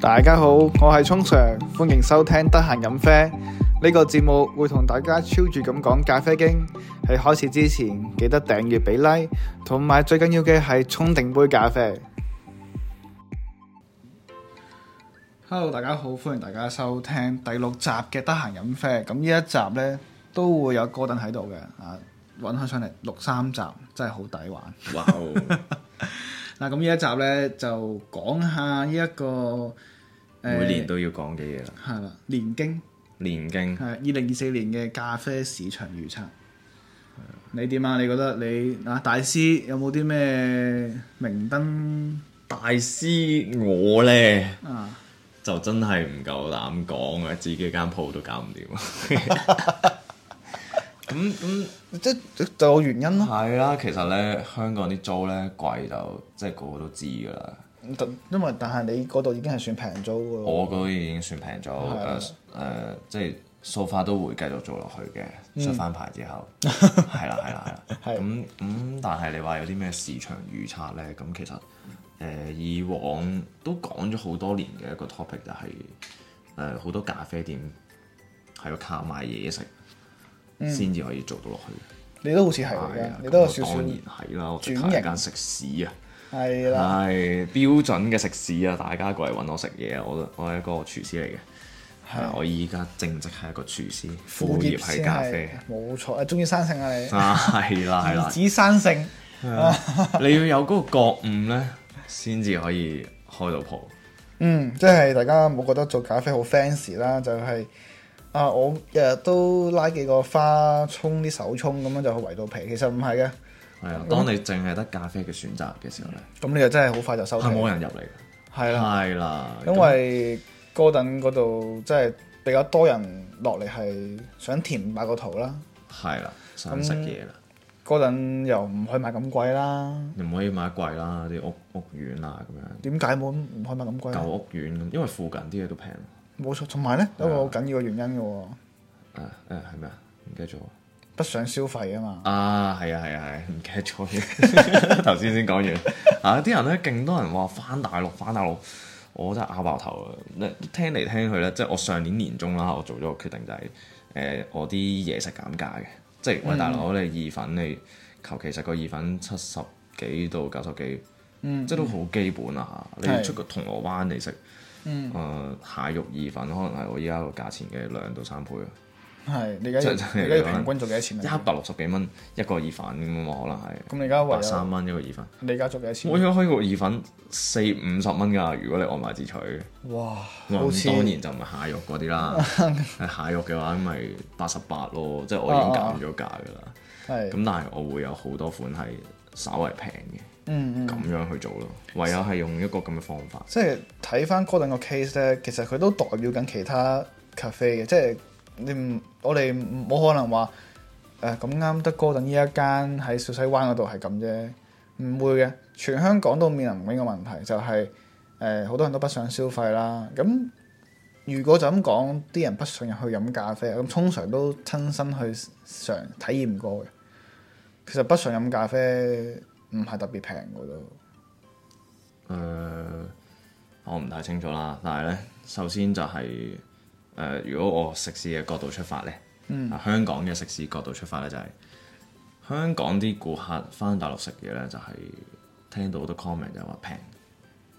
大家好，我係聰 Sir，歡迎收聽得閒飲啡呢個節目，會同大家超住咁講咖啡經。喺開始之前，記得訂閱俾 like，同埋最緊要嘅係沖定杯咖啡。Hello，大家好，歡迎大家收聽第六集嘅得閒飲啡。咁呢一集呢，都會有戈登喺度嘅啊，揾佢上嚟錄三集，真係好抵玩。哇 哦！嗱，咁呢一集呢，就講下呢、一個誒、呃每年都要講嘅嘢啦，啊係啦，年經年經係二零二四年嘅咖啡市場預測。你點啊？你覺得你啊大師有冇啲咩明燈大師我咧啊？就真係唔夠膽講啊，自己間鋪都搞唔掂。啊咁咁即就有原因咯，係啦，其實咧香港啲租咧貴就即係個個都知㗎啦。因為但係你嗰度已經係算平租㗎咯。我嗰啲已經算平咗，啊誒誒，即係 so far 都會繼續做落去嘅，出翻牌 之後，係啦係啦係啦。嗯係咁咁，但係你話有啲咩市場預測咧？咁其實誒、呃以往都講咗好多年嘅一個 topic 就係誒好多咖啡店係要靠賣嘢食先至可以做到落去。你都好嗯似係係嘅啊，你都有少咁少我當然係啦，我直轉頭係型間食肆啊。係啦，係標準嘅食肆啊！大家過嚟揾我食嘢啊！我我係一個廚師嚟嘅，係啊我依家正職係一個廚師，副業係先咖啡。 冇錯。誒，中意生性啊你，啊，係啦係兒 啦，子生性。你要有嗰個覺悟咧，先至可以開到鋪。嗯，即係大家冇覺得做咖啡好 fancy 啦，就係、啊，我日日都拉幾個花沖啲手沖咁樣就圍到皮，其實唔係嘅，係嗯啊，當你淨係得咖啡嘅選擇嘅時候咧，咁你就真係好快就收皮係。冇人入嚟嘅。係啦，係啦，因為哥頓嗰度真係比較多人落嚟係想填飽個肚啦，咁係啦，想食嘢啦，哥頓又唔可以買咁貴啦，你唔可以買貴啦，啲屋屋苑啊咁樣，點解冇唔可以買咁貴舊啊？屋苑咁，因為附近啲嘢都平。冇錯，同埋咧啊有一個好緊要嘅原因嘅喎，誒誒係咩啊？唔記得咗。不想消費啊嘛。啊，係啊，係啊，係啊，唔記得咗嘅。頭先先講完啊，啲人咧勁多人話翻大陸，翻大陸，我真係拗爆頭啊！聽嚟聽去咧，即係我上年年中啦，我做咗個決定就係、誒、我啲嘢食減價嘅，即係喂大佬你意粉你求其食個意粉七十幾到九十幾，嗯即係都好基本啊嚇！係你出個銅鑼灣嚟食，誒、蟹肉意粉可能係我依家個價錢嘅兩到三倍啊！係，你而家要即係你而家要平均做幾多錢一啊？百六十幾蚊一個意粉咁啊，可能係。咁你而家唯百有三蚊一個意粉，你而家做幾多錢啊我？而家開個意粉四五十蚊㗎，如果你外賣自取，哇，好咁似當然就唔係蟹肉嗰啲 啦，係蟹肉嘅話咪八十八咯，即係我已經減咗價㗎啦。係，咁但係我會有好多款係稍為平嘅，嗯嗯，咁樣去做咯，唯有係用一個咁嘅方法。即係睇翻哥頓個 case 咧，其實佢都代表緊其他 cafe 嘅，即係你唔我哋冇可能話誒咁啱得哥頓呢一間喺小西灣嗰度係咁啫，唔會嘅，全香港都面臨緊個問題，就係誒好多人都不想消費啦，咁。如果就咁講，啲人不想入去飲咖啡，咁通常都親身去嘗體驗過嘅。其實不想飲咖啡唔係特別平嘅都。誒、呃我唔太清楚啦，但係咧，首先就係、誒、如果我食肆嘅角度出發咧，嗯啊香港嘅食肆角度出發咧，就係、香港啲顧客翻大陸食嘢咧，就係、聽到好多 comment 就話平，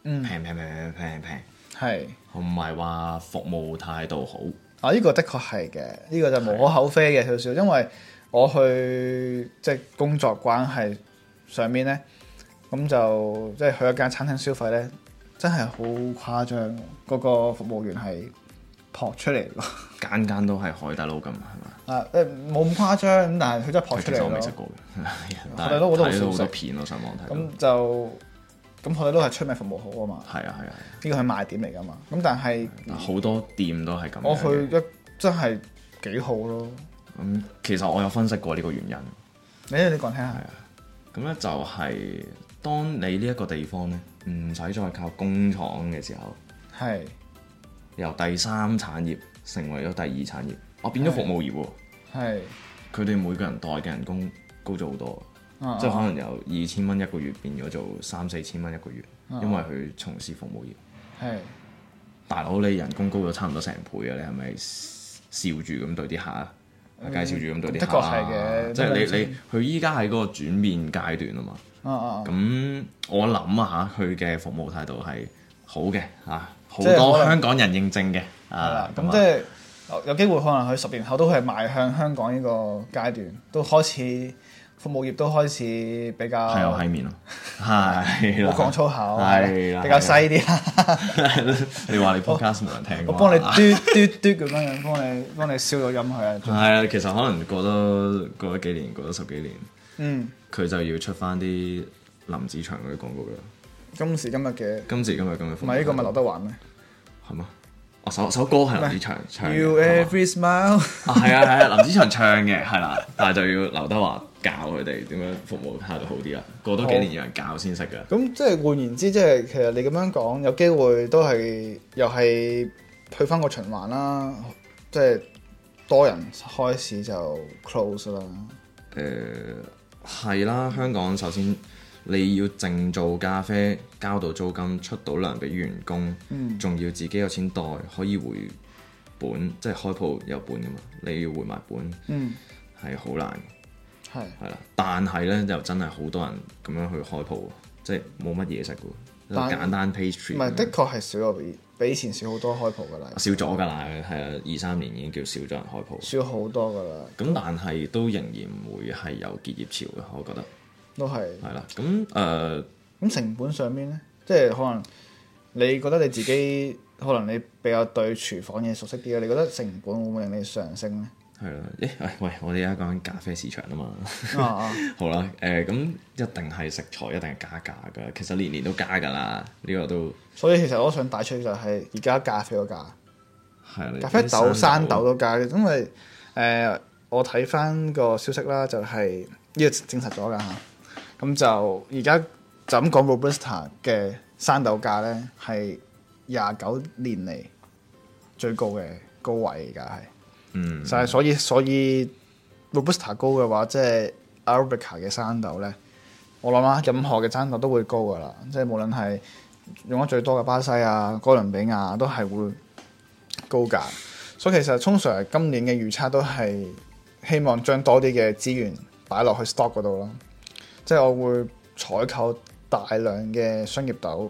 嗯平平平平平平，係唔係話服務態度好，啊，呢、個的確係嘅，呢、個就無可厚非嘅少少，因為我去即係工作關係上面咧，咁就即係去一間餐廳消費咧，真係好誇張，嗰、個服務員係撲出嚟咯，間間都係海底撈咁，係嘛？ 啊誒冇咁誇張，咁但係佢真係撲哦出其嚟實我咯未，食過嘅，但海底撈我都好睇少到好食多片我上網睇到，咁就咁佢哋都係出名服務好啊嘛，係啊係啊，呢個係賣點嚟噶嘛，咁但係係啊好多店都係咁樣嘅。我去一真係幾好咯，咁、其實我有分析過呢個原因。你你講聽下，咁咧就係當你呢一個地方咧，唔使再靠工廠嘅時候，係啊由第三產業成為咗第二產業，我變咗服務業喎。係佢哋每個人袋嘅人工高咗好多，啊即係可能由二千蚊一啊個月變咗做三四千蚊一個月，因為佢從事服務業。係大佬你人工高咗差唔多成倍啊！你係咪笑住咁對啲客啊？介紹住咁對啲客嗯的確啊係嘅即都係係咁你你佢依家喺嗰個轉變階段啊嘛。啊啊，咁我諗啊嚇，佢嘅服務態度係好嘅嚇，好即係可多能香港人認證嘅係啦啊。，咁啊即係哦有有機會可能佢十年後都係邁向香港呢個階段，都開始服務業都開始比較係有喺 面咯，係冇啦。講粗口，啊係啦啊比較細啲啦。 你話 你 podcast 冇人聽，啊我幫你嘟嘟嘟咁樣樣，幫你幫你消咗音佢啊。係啊，其實可能過多過咗幾年，過咗十幾年，嗯，佢就要出翻啲林子祥嗰啲廣告啦。今時今日嘅今時今日咁嘅風格，唔係呢個咪劉德華咩係嘛？我首首歌係林啊子祥唱嘅？You 係嘛 every smile。啊係啊係啊，林子祥唱嘅係啦，但係就要劉德華教佢哋點樣服務態度好啲啦。過多幾年有人教先識㗎。咁即係換言之，即係其實你咁樣講，有機會都係又係去翻個循環啦，即係多人開始就 close 啦。誒係啦，香港首先你要淨做咖啡，交到租金，出到糧俾員工，嗯仲、要自己有錢袋，可以回本，即係開鋪有本㗎嘛，你要回埋本嗯，係好難係嘅。係啦，但係咧就真係好多人咁樣去開鋪喎，即係冇乜嘢食嘅但喎，簡單 pastry 唔咁係樣的確係少咗比比以前少好多開鋪㗎啦，少咗㗎啦，係啊，二三年已經叫少咗人開鋪，少好多㗎啦，咁但係都仍然會係有結業潮嘅，我覺得都係。係啦。咁誒、呃咁成本上面咧，即係可能你覺得你自己可能你比較對廚房嘢熟悉啲啊，你覺得成本會唔會令你上升咧？係啦，誒、哎喂，我哋而家講緊咖啡市場啊嘛， 啊啊，好啦，誒、咁一定係食材一定係加價㗎，其實年年都加㗎啦，呢、個都所以其實我想帶出就係而家咖啡個價。係啊啦咖啡豆、生豆都加嘅，因為誒、呃我睇翻個消息啦，就係、呢、個證實咗㗎嚇。咁就而家就咁講 Robusta 嘅生豆價咧，係廿九年嚟最高嘅高位，而家係嗯，就係所以所以 Robusta 高嘅話，即係 Arabica 嘅生豆咧，我諗啦，任何嘅生豆都會高㗎啦，即係無論係用得最多嘅巴西啊、哥倫比亞都係會高價，所以其實通常今年嘅預測都係希望將多啲嘅資源擺落去 stock 嗰度咯，即係我會採購大量嘅商業豆，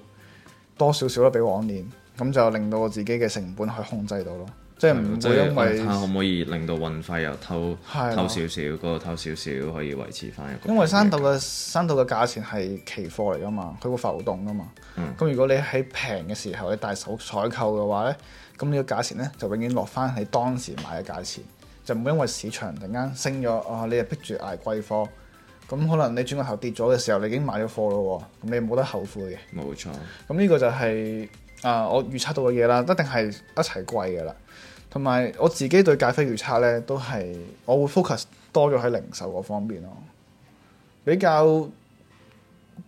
多少少都比往年，咁就令到我自己嘅成本去控制到咯，即係唔即會係因睇下可為唔可以令到運費又偷係啦偷少少，嗰度偷少少可以維持翻一個。因為生豆嘅生豆嘅價錢係期貨嚟噶嘛，佢會浮動噶嘛，咁、如果你喺平嘅時候你大手採購嘅話咧，咁呢個價錢咧就永遠落翻你當時買嘅價錢，就唔會因為市場突然間升咗，啊你又逼住捱貴貨，咁可能你轉個頭跌咗嘅時候，你已經買咗貨咯喎，咁你冇得後悔嘅。冇錯，咁呢個就係、啊、我預測到嘅嘢啦，一定係一齊貴嘅啦。同埋我自己對咖啡預測咧，都係我會 focus 多咗喺零售嗰方面咯，比較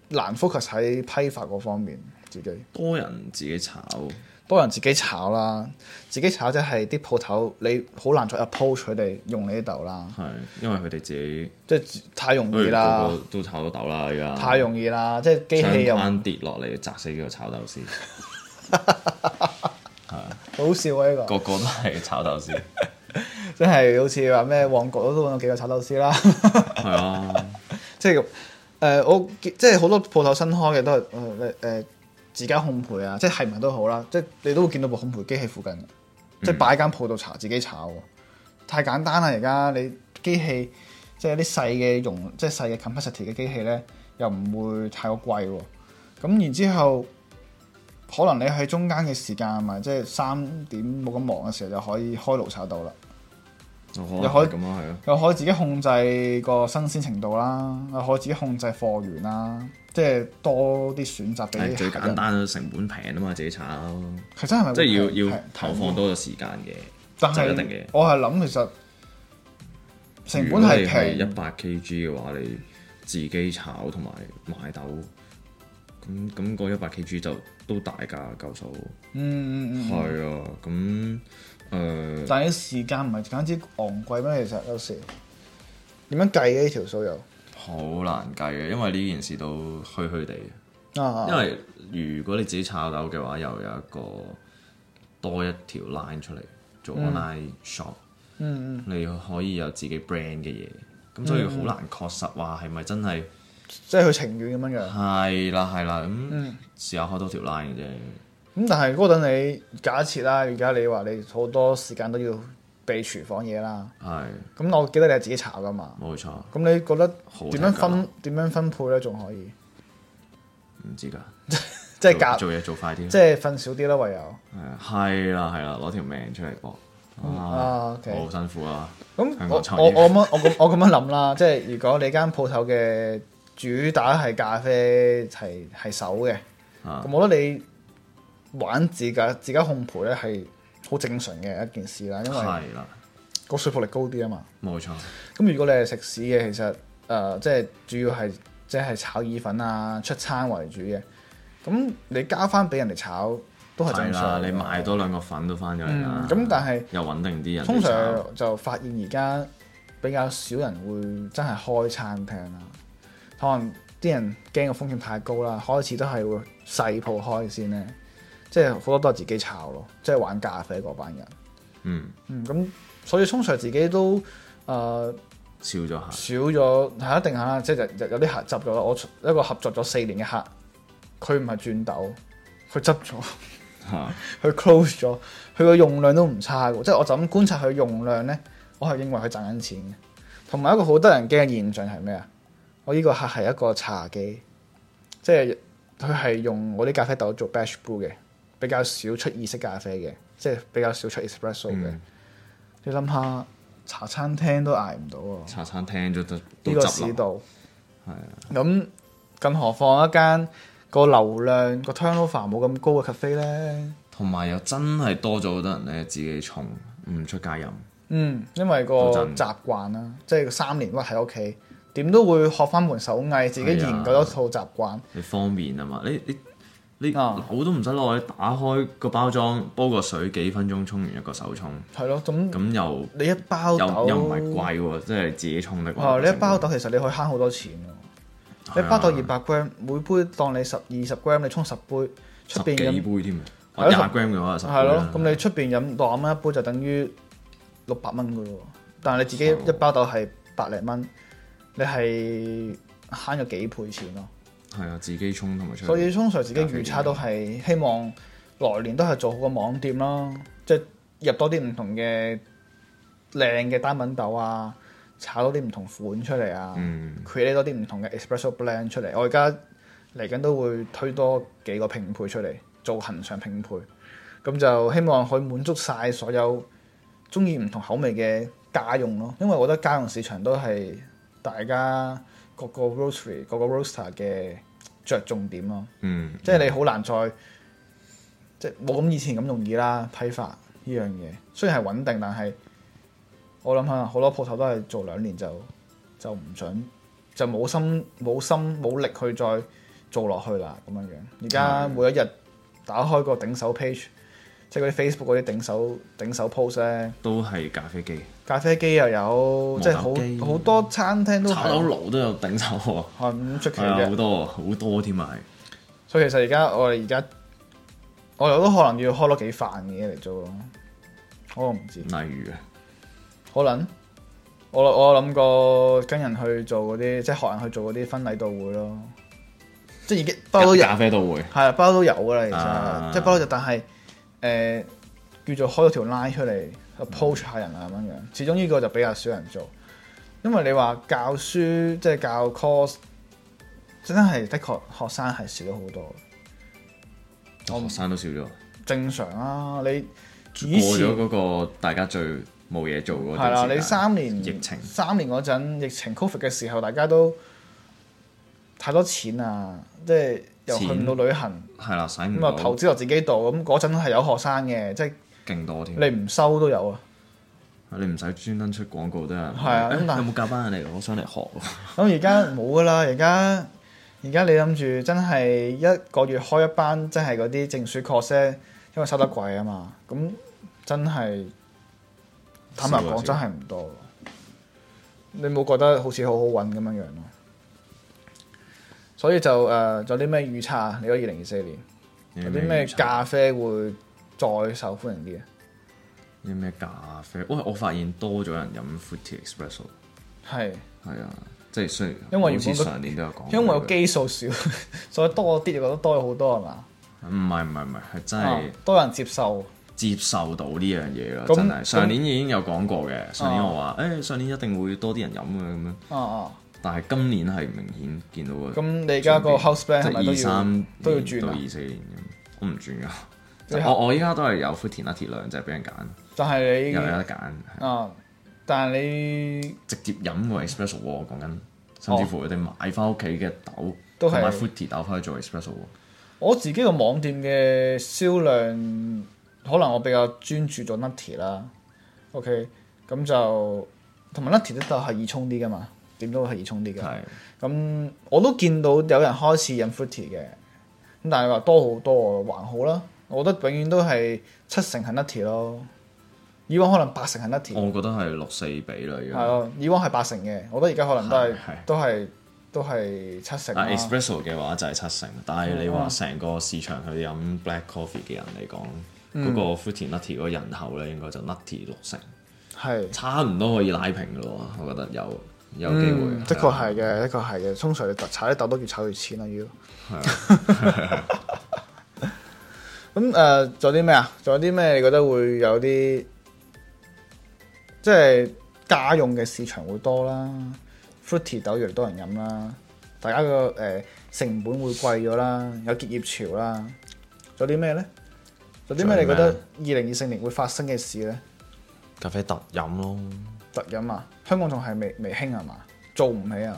難 focus 喺批發嗰方面自己。多人自己炒，多人自己炒啦，自己炒即係啲鋪頭，你好難再 approach 佢哋用你啲豆啦，係因為佢哋自己即係太容易誒啦哎個，個都炒到豆啦，而家太容易啦，即係機器又槍跌落嚟，砸死幾個炒豆師，好笑啊！呢 個個個都係炒豆師，真係好似話咩旺角都揾到幾個炒豆師啦。係啊，即係誒、呃我見即係好多鋪頭新開嘅都係誒誒自家烘焙啊，即係係咪都好啦，即係你都會見到部烘焙機喺附近嘅，即係擺間鋪度茶自己炒喎，太簡單啦！而家你機器即係啲細嘅容，即係細嘅 capacity 嘅機器咧，又唔會太過貴喎。咁然之後，可能你喺中間嘅時間咪即係三點冇咁忙嘅時候就可以開爐炒到啦。又又可以咁啊，係咯，又可以自己控制個新鮮程度啦，又可以自己控制貨源啦，即係多啲選擇俾誒啲最客人簡，單成本平啊嘛，自己炒，係真係咪即會係平要要平投放多咗時間嘅，但就係一定嘅我係諗其實成本係一平，百 kg 嘅話，你自己炒同埋買豆，咁咁嗰一百 kg 就都大價夠數，嗯嗯嗯，係啊，咁呃誒但係時間唔係簡之昂貴咩？其實有時點樣計嘅呢條數又好難計嘅，因為呢件事都虛虛地。啊因為如果你自己炒豆嘅話，又有一個多一條 line 出嚟做 online shop，、嗯嗯，你可以有自己 brand 嘅嘢，咁所以好難確實話係咪真係即係佢情願咁樣樣。係啦係啦，咁嗯試下開多條 line 嘅啫。咁但係嗰陣你假設啦，而家你話你好多時間都要備廚房嘢啦，係咁我記得你係自己炒噶嘛。冇錯，咁你覺得好點樣聽㗎分點樣分配咧？仲可以唔知㗎，即係做夾，做嘢做快啲，即係瞓少啲啦，唯有。係係啦係啦，攞條命出嚟搏，啊啊，OK 好辛苦啊！咁香港我創我業我咁樣我咁我咁樣諗啦，即係如果你間鋪頭嘅主打係咖啡係係手嘅，啊咁我覺得你玩自家自家烘焙咧係好正常嘅一件事啦，因為係啦，個說服力高啲啊嘛。冇錯，咁如果你係食肆嘅，其實誒、呃即係主要係即係炒意粉啊、出餐為主嘅，咁你加翻俾人哋炒都係係正啦，常嘅。你買多兩個粉都翻咗嚟嗯。啦咁但係又穩定啲人哋通炒常就發現而家比較少人會真係開餐廳啦，可能啲人驚個風險太高啦，開始都係會細鋪開先咧，即係好多都係自己炒咯，即係玩咖啡嗰班人。嗯嗯，咁所以通常自己都誒。呃少咗下。少咗係一定係啦，即係有有有啲客執咗啦。我一個合作咗四年嘅客，佢唔係轉豆，佢執咗，嚇 佢 close 咗，佢個用量都唔差嘅。即係我就咁觀察佢用量咧，我係認為佢賺緊錢嘅。同埋一個好得人驚嘅現象係咩啊？我呢個客係一個茶機，即係佢係用我啲咖啡豆做 batch brew 嘅，比較少出意式咖啡嘅，即係比較少出 espresso 嘅。嗯你諗下，茶餐廳都捱唔到喎。茶餐廳都都都呢個執市笠，啊道。係咁，更何況一間個流量個 turnover 冇咁高嘅 cafe 咧？同埋又真係多咗好多人咧自己沖，唔出街飲。嗯，因為個都真習慣啦，即係三年屈喺屋企，點都會學翻門手藝，自己係啊研究一套習慣。你方便啊嘛，你你你啊扭都唔使攞，你打開個包裝，煲個水幾分鐘，沖完一個手沖，係咯，咁咁又你一包又豆又唔係貴喎，即係自己沖的啊話。你一包豆其實你可以慳好多錢喎。係啊你一包豆二百 gram，每杯當你十二十 gram，你沖十杯，十出幾邊飲杯添啊，係咯我十廿 gram 嘅啊話就十杯係咯啦。。咁你出邊飲六十蚊一杯就等於六百蚊嘅喎，但係你自己一包豆係百零蚊，你係慳咗幾倍錢咯。係啊，自己沖同埋出去。所以通常自己預測都係希望來年都係做好個網店啦，即係入多啲唔同嘅靚嘅單品豆啊，炒多啲唔同款出嚟啊嗯，create 多啲唔同嘅 espresso blend 出嚟。我而家嚟緊都會推多幾個拼配出嚟，做恒常拼配，咁就希望可以滿足晒所有中意唔同口味嘅家用咯。因為我覺得家用市場都係大家各個 roastery 各個 roaster 嘅着重點咯。嗯，即係你好難再即係冇咁以前咁容易啦，批發呢樣嘢雖然係穩定，但係我諗下好多鋪頭都係做兩年就就唔想就冇心冇心冇力去再做落去啦咁樣樣。而嗯家每一日打開個頂手 page，即係嗰啲 Facebook 嗰啲頂手頂手 post 咧，都係咖啡機，咖啡機又有，即係磨豆機好好多餐廳都炒豆係爐都有頂手喎。係唔出奇係啊，嘅好。多好多添啊！係所以其實而家我哋而家我哋都可能要開多幾飯嘅嘢嚟做咯，我唔知，例如啊，可能我我諗過跟人去做嗰啲，即係學人去做嗰啲婚禮到會咯，即係已經包到有，咖啡都會係啊，包都有噶啦，其實、啊即係包到有，但係誒、呃叫做開咗條 line 出嚟 approach 下人啊咁樣樣，始終呢個就比較少人做，因為你話教書即係教 course，真係的確學生係少咗好多。我學生都少咗，正常啦、你以過前咗嗰個大家最冇嘢做嗰係啦，段你時間啊三年疫情三年嗰陣疫情 Covid 嘅時候，大家都太多錢啊，即係又去唔到旅行，係啦，使唔咁啊投到資落自己度，咁嗰陣係有學生嘅，即係勁多添。你唔收都有啊。你唔使專登出廣告都有人問。係啊咁誒但係有冇教班人嚟？我想嚟學喎。咁而家冇噶啦，而家而家你諗住真係一個月開一班，即係嗰啲證書 course 咧，因為收得貴啊嘛，咁真係坦白講少咗真係唔多。你冇覺得好似好好揾咁樣樣咯？呃所以就誒，仲有啲咩預測啊？你講二零二四年有啲咩預測咖啡會再受歡迎啲嘅。啲咩咖啡？喂，我發現多咗人飲 Fruity Espresso，係，係啊，即係雖然因為好原似本個上年都有講，因為個基數少， 所以多啲，你覺得多咗好多係嘛？唔係唔係唔係，係真啊係多人接受，接受到呢樣嘢啦，咁啊真係上咁年已經有講過嘅，上年我話誒上年一定會多啲人飲嘅咁樣，啊啊！但係今年係明顯見到個咁你而家個 house plan 即係咪係都二三要都要轉到啊？二四年咁，我唔轉你噶，我我依家都係有 Fruity Nutty 兩隻俾人揀，但係又有你得揀，係啊，但係你直接飲個 espresso 喎，我講緊，甚至乎佢哋買翻屋企嘅豆，哦都同係埋 fruity 豆翻去做 espresso 喎。我自己個網店嘅銷量，可能我比較專注咗 Nutty 啦。OK，咁就同埋 Nutty 都係易沖啲噶嘛，點都係易沖啲嘅。係咁我都見到有人開始飲 fruity 嘅，咁但係話多好多喎還好啦。我覺得永遠都係七成係 nutty 咯，以往可能八成係 nutty，我覺得係六四比啦，而係家。咯，以往係八成嘅，我覺得而家可能都係啊係啊係都係都係七成啦但 espresso 嘅話就係七成，但哦係你話成個市場去飲 black coffee 嘅人嚟講，嗰個嗯 fruity nutty 嗰個人口咧應該就 nutty 六成，係，差唔多可以拉平嘅咯喎。我覺得有有機會啊嗯，，的確係嘅，的確係嘅。通常你特炒啲豆都越炒越淺啦，要。係啊。 咁誒，仲有啲咩啊？仲有啲咩你覺得會有啲即係家用嘅市場會多啦，fruity 豆越嚟多人飲啦，大家個誒、呃成本會貴咗啦，有結業潮啦，仲有啲咩咧？仲有啲咩啊你覺得二零二四年會發生嘅事咧？咖啡特飲咯。特飲啊，香港仲係未未興係啊嘛？做唔起啊？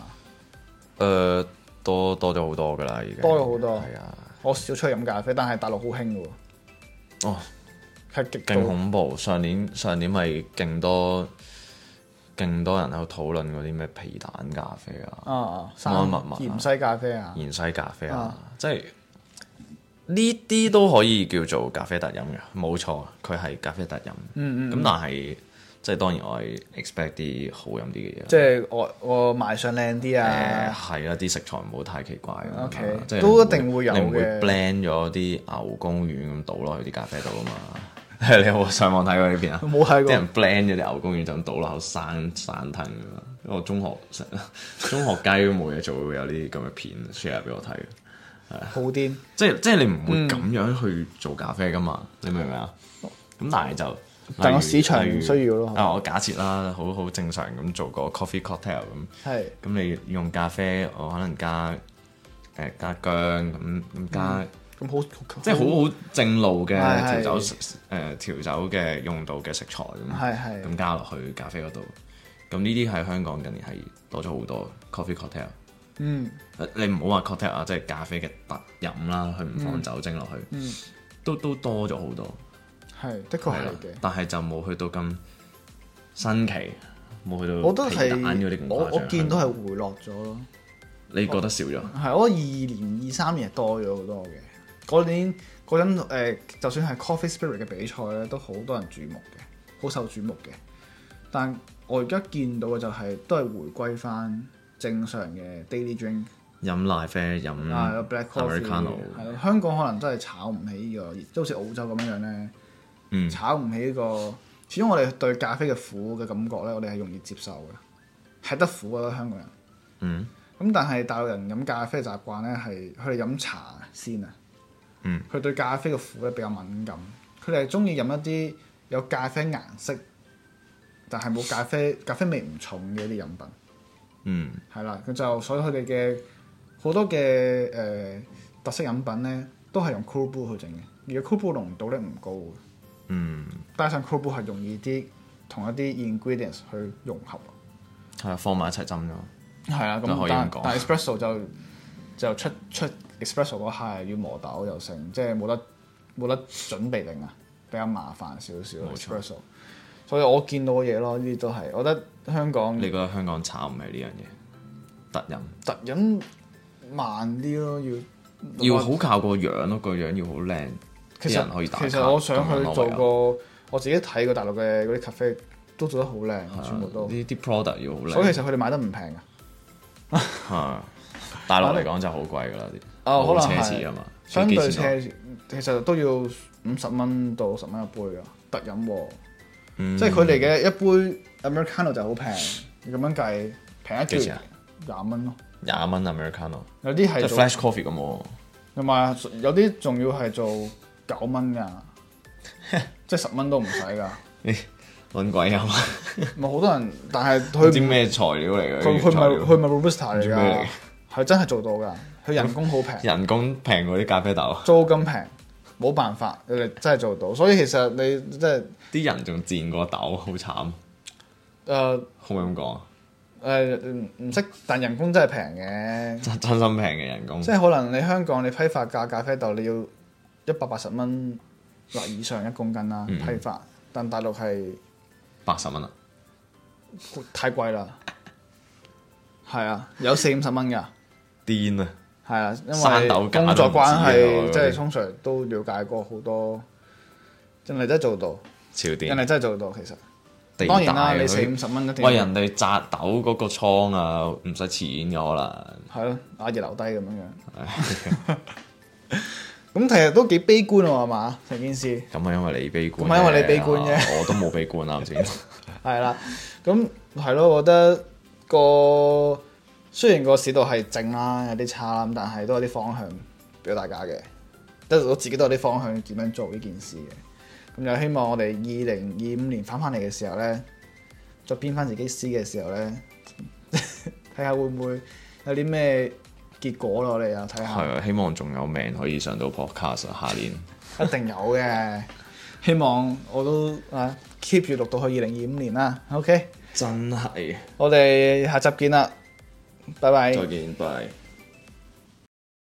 誒多多咗好多噶啦，已經多咗好多啊，我少出去飲咖啡，但係大陸好興嘅喎，哦。係極勁度恐怖！上年上年咪勁多勁多人喺度討論嗰啲咩皮蛋咖啡啊、啊啊，安安密密啊芫茜咖啡啊，芫茜咖啡啊啊，即係呢啲都可以叫做咖啡特飲嘅，冇錯，佢係咖啡特飲。嗯嗯，咁但係即係當然我係 expect 啲好飲啲嘅嘢啦。即係我我賣相靚啲啊誒。係啦，啲食材唔好太奇怪咁樣啦 OK，即係都你唔一定會有你唔會嘅 blend 咗啲牛公丸咁倒落去啲咖啡度啊嘛。你有冇上網睇過呢邊啊？冇睇啲過人 blend 咗啲牛公丸就咁倒落口生生吞㗎嘛。我中學成中學雞都冇嘢做，會有啲咁嘅片 share 俾我睇。好癲，即係即係你唔會嗯咁樣去做咖啡噶嘛？你明唔明啊？咁但係就但個例如市場例如唔需要咯啊，我假設啦，好好正常咁做個 coffee cocktail 咁。係咁你用咖啡，我可能加誒、呃加薑咁咁加，咁好，即係好好正路嘅嗯係調係酒誒、呃、調酒嘅用到嘅食材咁，係係咁加落去咖啡嗰度。咁呢啲喺香港近年係多咗好多 coffee cocktail。嗯呃你唔好話 cocktail 啊，即係咖啡嘅特飲啦，佢唔放酒精落去，嗯都都多咗好多。係的確係啦係嘅。但係就冇去到咁新奇，冇去到我都皮蛋嗰係啲咁我我見到係係回落咗咯，你覺得少咗？係我二年二三年係多咗好多嘅。嗰年嗰陣誒，就算係 Coffee Spirit 嘅比賽咧，都好多人注目嘅，好受注目嘅。但我而家見到嘅就係都係回歸翻正常嘅 daily drink 飲奶啡飲啊有，black coffee 嗯 Americano，係咯，香港可能真係炒唔起呢個，即係好似澳洲咁樣樣咧。嗯，炒唔起呢個，始終我哋對咖啡嘅苦嘅感覺咧，我哋係容易接受嘅，吃得苦啊香港人。嗯。咁但係大陸人飲咖啡嘅習慣咧，係佢哋飲茶先啊。嗯。佢對咖啡嘅苦咧比較敏感，佢哋係中意飲一啲有咖啡顏色，但係冇咖啡咖啡味唔重嘅一啲飲品。嗯，係啦，佢就所以佢哋嘅好多嘅誒、呃特色飲品咧，都係用 cool brew 去整嘅，而個 cool brew 濃度咧唔高嘅。嗯，加上 cool brew 係容易啲同一啲 ingredients 去融合。係啊，放埋一齊浸咗。係啊，都咁可以咁但講但 espresso 就就出出 espresso 嗰下又要磨豆又成，即係冇得冇得準備定啊，比較麻煩少少冇錯 espresso。所以我見到嘅嘢咯，呢啲都係，我覺得香港你覺得香港炒唔係呢樣嘢？特飲特飲慢啲咯，要要好靠個樣咯，個樣要好靚，啊其啲實人可以打卡。其實我想咁樣去咯做唯有個，我自己睇過大陸嘅嗰啲 cafe 都做得好係靚，啊全部都，呢啲 product 要好靚。啊所以其實佢哋買得唔平啊㗎。係大陸嚟講就好貴㗎啦，啲哦可能好奢係侈啊嘛。相幾對錢啊斜其實都要五十蚊到十蚊一杯㗎，特飲喎。嗯即係佢哋嘅一杯 Americano 就好平，你咁樣計平一幾啲錢啊廿蚊咯。廿蚊 Americano，有啲即係係做 flash coffee 咁喎。同埋有啲仲要係做九蚊 㗎，即係十蚊都唔使㗎。揾鬼啊嘛！咪好多人，但係唔佢知咩材料嚟嘅？佢佢啲材咪料佢咪 robusta 嚟做咩嚟㗎，係真係做到㗎。佢人工好平，人工平過啲咖啡豆，租金平，冇辦法，你哋真係做到。所以其實你即係啲人仲賤過豆，好慘。誒可唔可以咁講啊？誒呃唔唔識，但人工真係平嘅。真真心平嘅人工即，係可能你香港你批發價咖啡豆你要一百八十蚊或以上一公斤啦，嗯批發，但大陸係八十蚊啊！太貴啦，係啊，有四五十蚊㗎，癲啊！係啊，因生為豆價工作關都唔係，止啊即係通常都了解過好多，人哋真係做到，潮人店哋真係做到，其實地當然大啦，啊你佢四五十蚊一定喂人哋摘豆嗰個倉啊，唔使錢嘅可能。係咯，阿爺留低咁樣樣，咁其實都幾悲觀喎，係嘛成件事。咁係因為你悲觀啫，咁係因為你悲觀啫啊我都冇悲 觀啊，啱先。係啦，咁係咯，我覺得個雖然個市道係靜啦，有啲差啦，咁但係都有啲方向俾大家嘅，即係我自己都有啲方向點樣做呢件事嘅。咁就希望我哋二零二五年翻返嚟嘅時候咧，再編翻自己詩嘅時候咧， 睇下會唔會有啲咩結果咯？我哋又睇係下，啊，希望仲有命可以上到 podcast 啊，下年。一定有嘅。希望我都啊 keep 住錄到去二零二五年啦。OK。真係，我哋下集見啦，拜拜。見，拜。